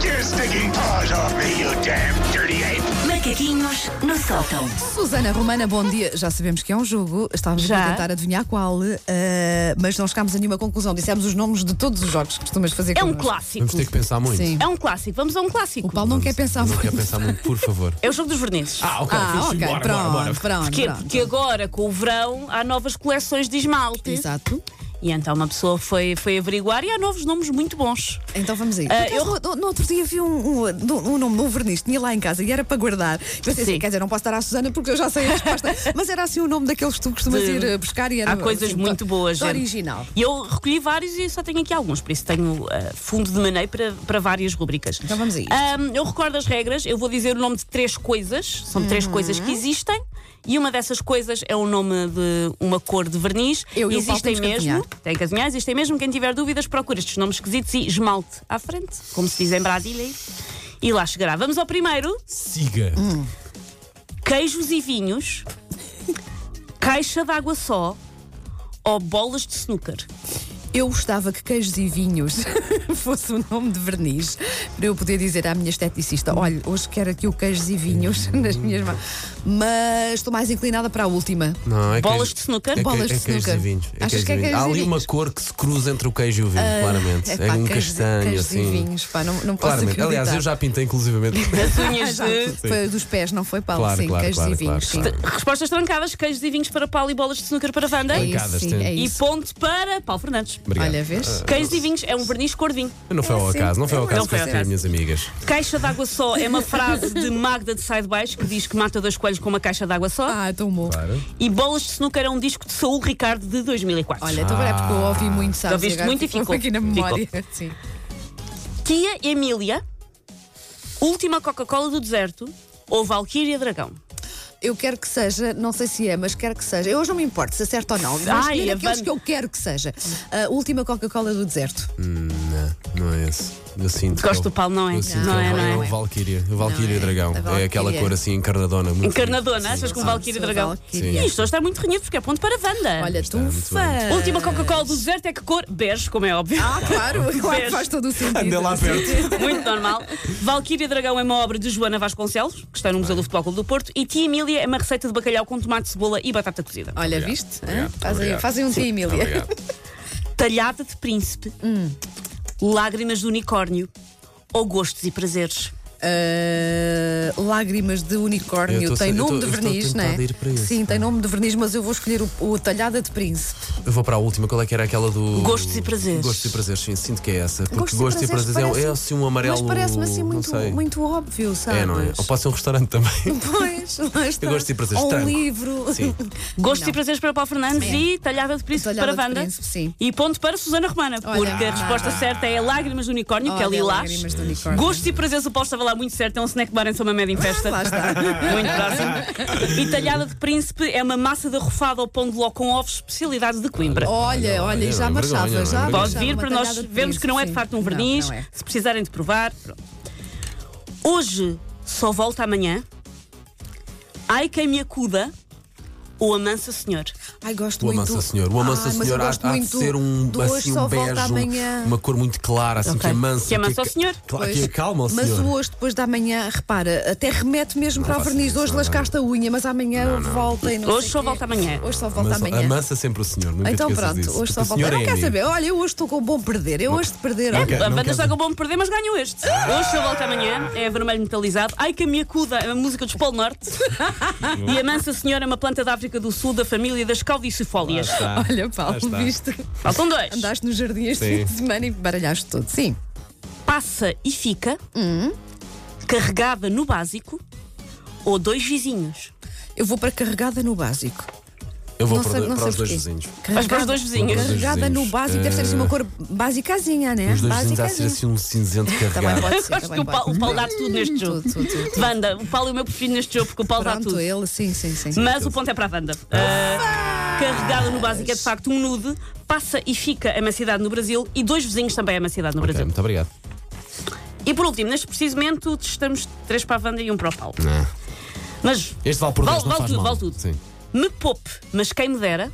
fucking paws off me, you damn dirty ape! Macaquinhos no sótão. Susana Romana, bom dia. Já sabemos que é um jogo, estávamos Já. a tentar adivinhar qual, eh, mas não chegámos a nenhuma conclusão. Dissemos os nomes de todos os jogos que costumas fazer É um connosco. clássico. Vamos ter que pensar muito. Sim. É um clássico. Vamos a um clássico. O Paulo não quer pensar não muito. quer pensar muito, por favor. É o jogo dos vernizes. Ah, ok. Ah, fixe, ok, bora, pronto, bora, bora. pronto. Porquê? pronto. Porque é agora, com o verão, há novas coleções de esmalte. Exato. E então uma pessoa foi, foi averiguar e há novos nomes muito bons. Então vamos aí. Ah, Por acaso, no, no outro dia vi um, um, um nome de um verniz, tinha lá em casa e era para guardar. E Pensei assim, Sim. quer dizer, não posso dar à Susana porque eu já sei a resposta. mas era assim o nome daqueles que tu costumas De- ir eh, buscar e era. há coisas assim, muito to- boas. to gente. Original. E eu recolhi vários e só tenho aqui alguns, por isso tenho ah, fundo de maneio para, para várias rubricas. Então vamos a isto. Ahm, eu recordo as regras, eu vou dizer o nome de três coisas, são Uhum. três coisas que existem, e uma dessas coisas é o nome de uma cor de verniz. Eu e o Paulo existem temos que mesmo. adivinhar. Tem que adivinhar, existem mesmo. Quem tiver dúvidas, procura estes nomes esquisitos e esmalte à frente, como se diz em Brasília. E lá chegará. Vamos ao primeiro: Siga. queijos e vinhos, caixa d'água só ou bolas de snooker. Eu gostava que queijos e vinhos fosse o nome de verniz para eu poder dizer à minha esteticista: olha, hoje quero aqui o queijos e vinhos nas minhas mãos. Mas estou mais inclinada para a última. Não, é Bolas queijo- de snooker? é que- Bolas de é queijos snooker. e vinhos. Achas queijo que é e vinhos. queijo Há e ali uma vinhos? cor que se cruza entre o queijo e o vinho, claramente. É, pá, um queijo- castanho, queijo assim. e vinhos, pá, não, não posso Claramente. acreditar. Aliás, eu já pintei, inclusivamente. As unhas de. Foi dos pés, não foi, Paulo? Claro, sim, claro, queijos claro, e vinhos. claro, sim. claro. Respostas trancadas, queijos e vinhos para Paulo e bolas de snooker para Wanda. É isso, Bancadas, sim, tem. é E isso. ponto para Paulo Fernandes. Obrigado. Olha, vês? Queijos e vinhos é um verniz cor de vinho. Não foi ao É, sim. acaso, não foi ao Não acaso que foi eu ao escrevi acaso. minhas amigas. Caixa d'água só é uma frase de Magda de Side Baixo que diz que mata dois coelhos com uma caixa d'água só. Ah, tão bom. Claro. E Bolas de Snooker é um disco de Saúl Ricardo de 2004. Olha, então é porque eu Ah. ouvi muito, sabes? Ouviste agora muito e ficou. aqui na Ficou. memória. Sim. Tia Emília, última Coca-Cola do deserto ou Valkyria Dragão. Eu quero que seja, não sei se é, mas quero que seja. Eu hoje não me importo se acerta ou não. Vou Ai, escolher a aqueles Wanda. que eu quero que seja. A última Coca-Cola do deserto. Hum, Não, não é esse. Eu sinto. Gosto que é o- do Paulo, não é? Eu sinto Não que é, o- não é. o Valkyria. O Valkyria é. Dragão. A É aquela Valkyria. cor assim encarnadona. muito bonita. Encarnadona, achas que um Valkyria Sou Dragão? Valkyria. E isto hoje está muito renhido porque é ponto para Wanda. Olha, eh, tu muito fã. Última Coca-Cola do deserto é que cor? Bege, como é óbvio. Ah, claro, claro que Vês? faz todo o sentido. Anda lá perto. Muito normal. Valquíria Dragão é uma obra de Joana Vasconcelos, que está no Museu do Futebol Clube do Porto. E Tia Emília é uma receita de bacalhau com tomate, cebola e batata cozida. Olha, Obrigado, viste? obrigado, Hã? Fazem, obrigado. fazem um dia, Emília. Obrigado. Talhada de príncipe. Lágrimas de unicórnio. Ou gostos e prazeres. Ah, lágrimas de unicórnio. Eu tô- tem eu nome tô- de eu tô verniz, não é? tentado a ir para esse, Sim, tem pá. nome de verniz, mas eu vou escolher o, o talhada de príncipe. Eu vou para a última, qual é que era aquela do. Gostos e prazeres. Gostos e prazeres, sim, sinto que é essa. Porque Gostos e gostos e prazeres prazeres é um- é parece- assim um amarelo. Mas parece-me assim não muito, sei. muito óbvio, sabes? É, não é? Ou pode ser um restaurante também. Pois, lá está. gosto de prazeres, Ou um tranco. livro. Sim. Gostos Não. e prazeres para Paulo Fernandes Sim. e talhada de príncipe Talhada para de Wanda. príncipe, sim. E ponto para Susana Romana, Olha. porque a resposta certa é lágrimas de unicórnio, que é Olha, lilás. lágrimas de unicórnio. Ah, Gostos e prazeres, o Paulo estava lá muito certo, é um snack bar em São Mamede em festa. Lá está. Muito Ah. próximo. E talhada de príncipe é uma massa de arrofada ao pão de ló com ovos, especialidade de Coimbra. Olha, olha, olha, já não é vergonha, marchava, não é já vergonha. Pode marchava vir Oh, uma para nós talhada de vermos que não é de príncipe, facto um sim. verniz, Não, não é. se precisarem de provar. pronto. Hoje só volta amanhã. Ai quem me acuda. Ou amansa senhor. Ai, gosto O muito. Amansa Senhor. O Amansa Ai, mas eu Senhor há, gosto há de muito ser um, do hoje assim, só um volta bege, um- amanhã. uma cor muito clara, assim, Ok. que amansa. Que amansa ao ca- senhor. Claro, Pois, que acalma o mas senhor. o hoje, depois da manhã, repara, até remete mesmo para o faço verniz. isso, Hoje não, lascaste a unha, mas amanhã volta e não Hoje sei só quê. volta amanhã. Hoje só volta Amansa, amanhã. amansa sempre o senhor. é Nunca Então te esqueças pronto, disso, hoje só porque o volta. senhor Não é quer amigo. saber, olha, eu hoje estou com um bom perder. Eu hoje de perder. Não olha. quero. A banda quer está dizer- com bom perder, mas ganhou este. Hoje só volta amanhã. É vermelho metalizado. Ai que me acuda. É uma música dos Polo Norte. e a mansa senhora é uma planta da África do Sul da família das caudicifólias. Ah. Olha, Lá Paulo, está. viste? Faltam dois. Andaste nos jardins este fim Sim. de semana e baralhaste tudo. Sim. Passa e fica. um, Carregada no básico. Ou dois vizinhos. Eu vou para carregada no básico. Eu vou Não sei- para, não sei para os dois porquê. vizinhos. Mas para os dois vizinhos. Os dois Carregada no vizinhos. Eh, básico, deve ser assim uma cor basicazinha, né? Os dois vizinhos há de ser Basicazinha. assim um cinzento Também carregado. pode Eu ser. gosto que também o Paulo, pode o Paulo ser. dá tudo neste jogo. Tudo, tudo, tudo. Wanda, o Paulo é o meu preferido neste jogo porque o Paulo dá Pronto, tudo. ele, sim, sim, sim. Mas o ponto é para a Wanda. Ah, carregado no básico é de facto um nude, passa e fica é uma cidade no Brasil e dois vizinhos também é uma cidade no Ok, Brasil. Muito obrigado. E por último, neste preciso momento, testamos três para a Wanda e um para o Paulo. Mas Este vale por Vale- dois, não vale faz tudo, mal. vale tudo. Sim. me poupe, mas quem me dera.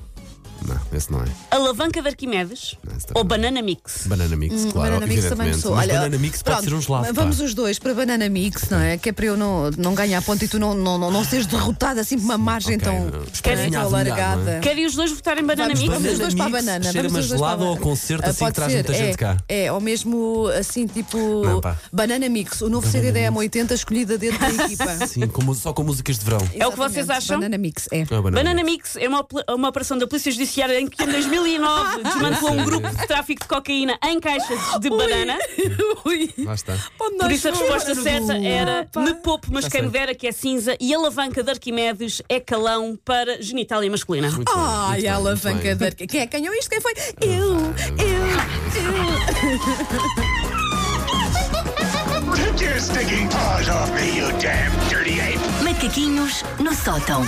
Não, esse não é. Alavanca de Arquimedes Não, esse também ou não. Banana Mix. Banana Mix, Hum, claro. banana mix também evidentemente. sou. Mas Olha, banana Mix pode pronto, ser um gelado. pá. Vamos os dois para banana mix, não é? Que é para eu não, não ganhar ponto e tu não, não, não, não seres derrotada assim por uma margem ok, tão, não. tão Espera, não alargada. é? Querem os dois votarem Banana Vamos, Mix? vamos os dois para a Banana banana. vamos mix, cheira-me os dois para a gelado ao banana. concerto, assim, que pode traz ser, muita é, gente cá. É, ou mesmo assim, tipo Não, pá. Banana Mix, o novo CD da M80 é escolhida dentro da equipa. Sim, com mu- só com músicas de verão. É o que vocês Exatamente, acham? Banana Mix, é. Não é Banana Mix é uma, opla- uma operação da Polícia Judiciária em que em 2009 desmantelou um grupo de tráfico de cocaína em caixas de banana. Ui. Lá está. Onde Por nós isso a fomos? resposta certa era Opa. Tá me poupe, mas Já quem sei. me dera que é cinza e alavanca de Arquimedes é calão para genitália masculina. Muito bem, Ai, muito bem, a muito bem. Ah, alavanca da. Quem é que ganhou isto? Quem foi? Eu, eu, eu. Take your stinking paws off me, you damn dirty ape! Macaquinhos no sótão.